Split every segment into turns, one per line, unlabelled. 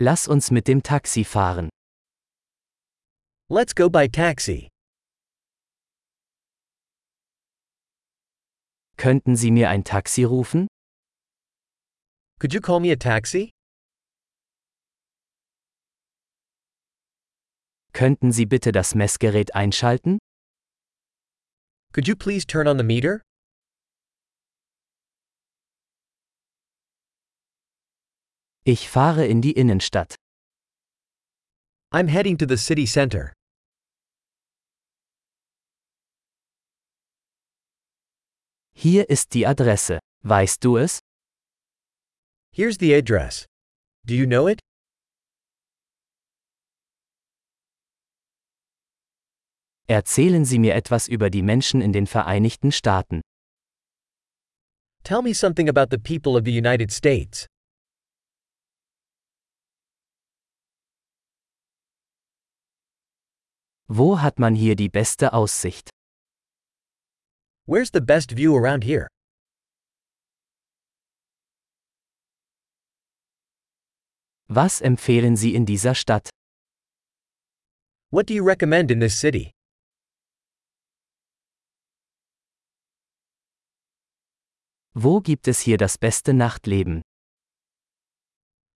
Lass uns mit dem Taxi fahren.
Let's go by taxi.
Könnten Sie mir ein Taxi rufen?
Could you call me a taxi?
Könnten Sie bitte das Messgerät einschalten?
Could you please turn on the meter?
Ich fahre in die Innenstadt.
I'm heading to the city center.
Hier ist die Adresse. Weißt du es?
Here's the address. Do you know it?
Erzählen Sie mir etwas über die Menschen in den Vereinigten Staaten.
Tell me something about the people of the United States.
Wo hat man hier die beste Aussicht?
Where's the best view around here?
Was empfehlen Sie in dieser Stadt?
What do you recommend in this city?
Wo gibt es hier das beste Nachtleben?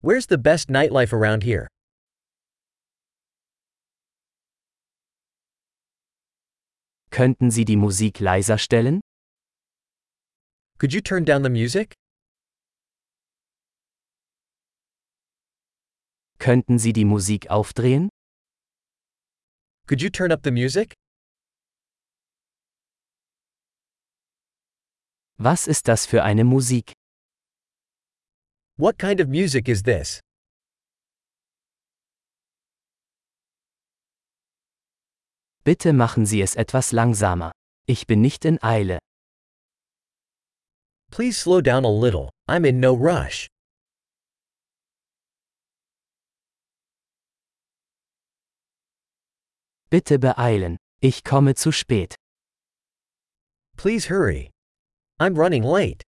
Where's the best nightlife around here?
Könnten Sie die Musik leiser stellen?
Could you turn down the music?
Könnten Sie die Musik aufdrehen?
Could you turn up the music?
Was ist das für eine Musik?
What kind of music is this?
Bitte machen Sie es etwas langsamer. Ich bin nicht in Eile.
Please slow down a little. I'm in no rush.
Bitte beeilen. Ich komme zu spät.
Please hurry. I'm running late.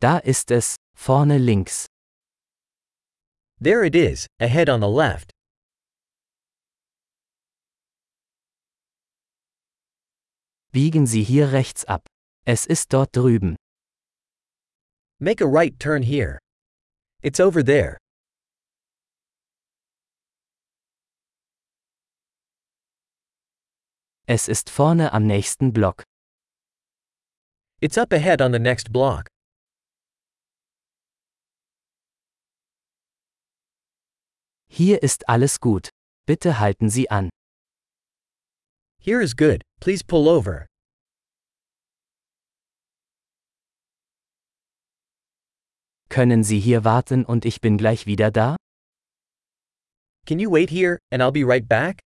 Da ist es, vorne links.
There it is, ahead on the left.
Biegen Sie hier rechts ab. Es ist dort drüben.
Make a right turn here. It's over there.
Es ist vorne am nächsten Block.
It's up ahead on the next block.
Hier ist alles gut. Bitte halten Sie an.
Here is good. Please pull over.
Können Sie hier warten und ich bin gleich wieder da?
Can you wait here, and I'll be right back?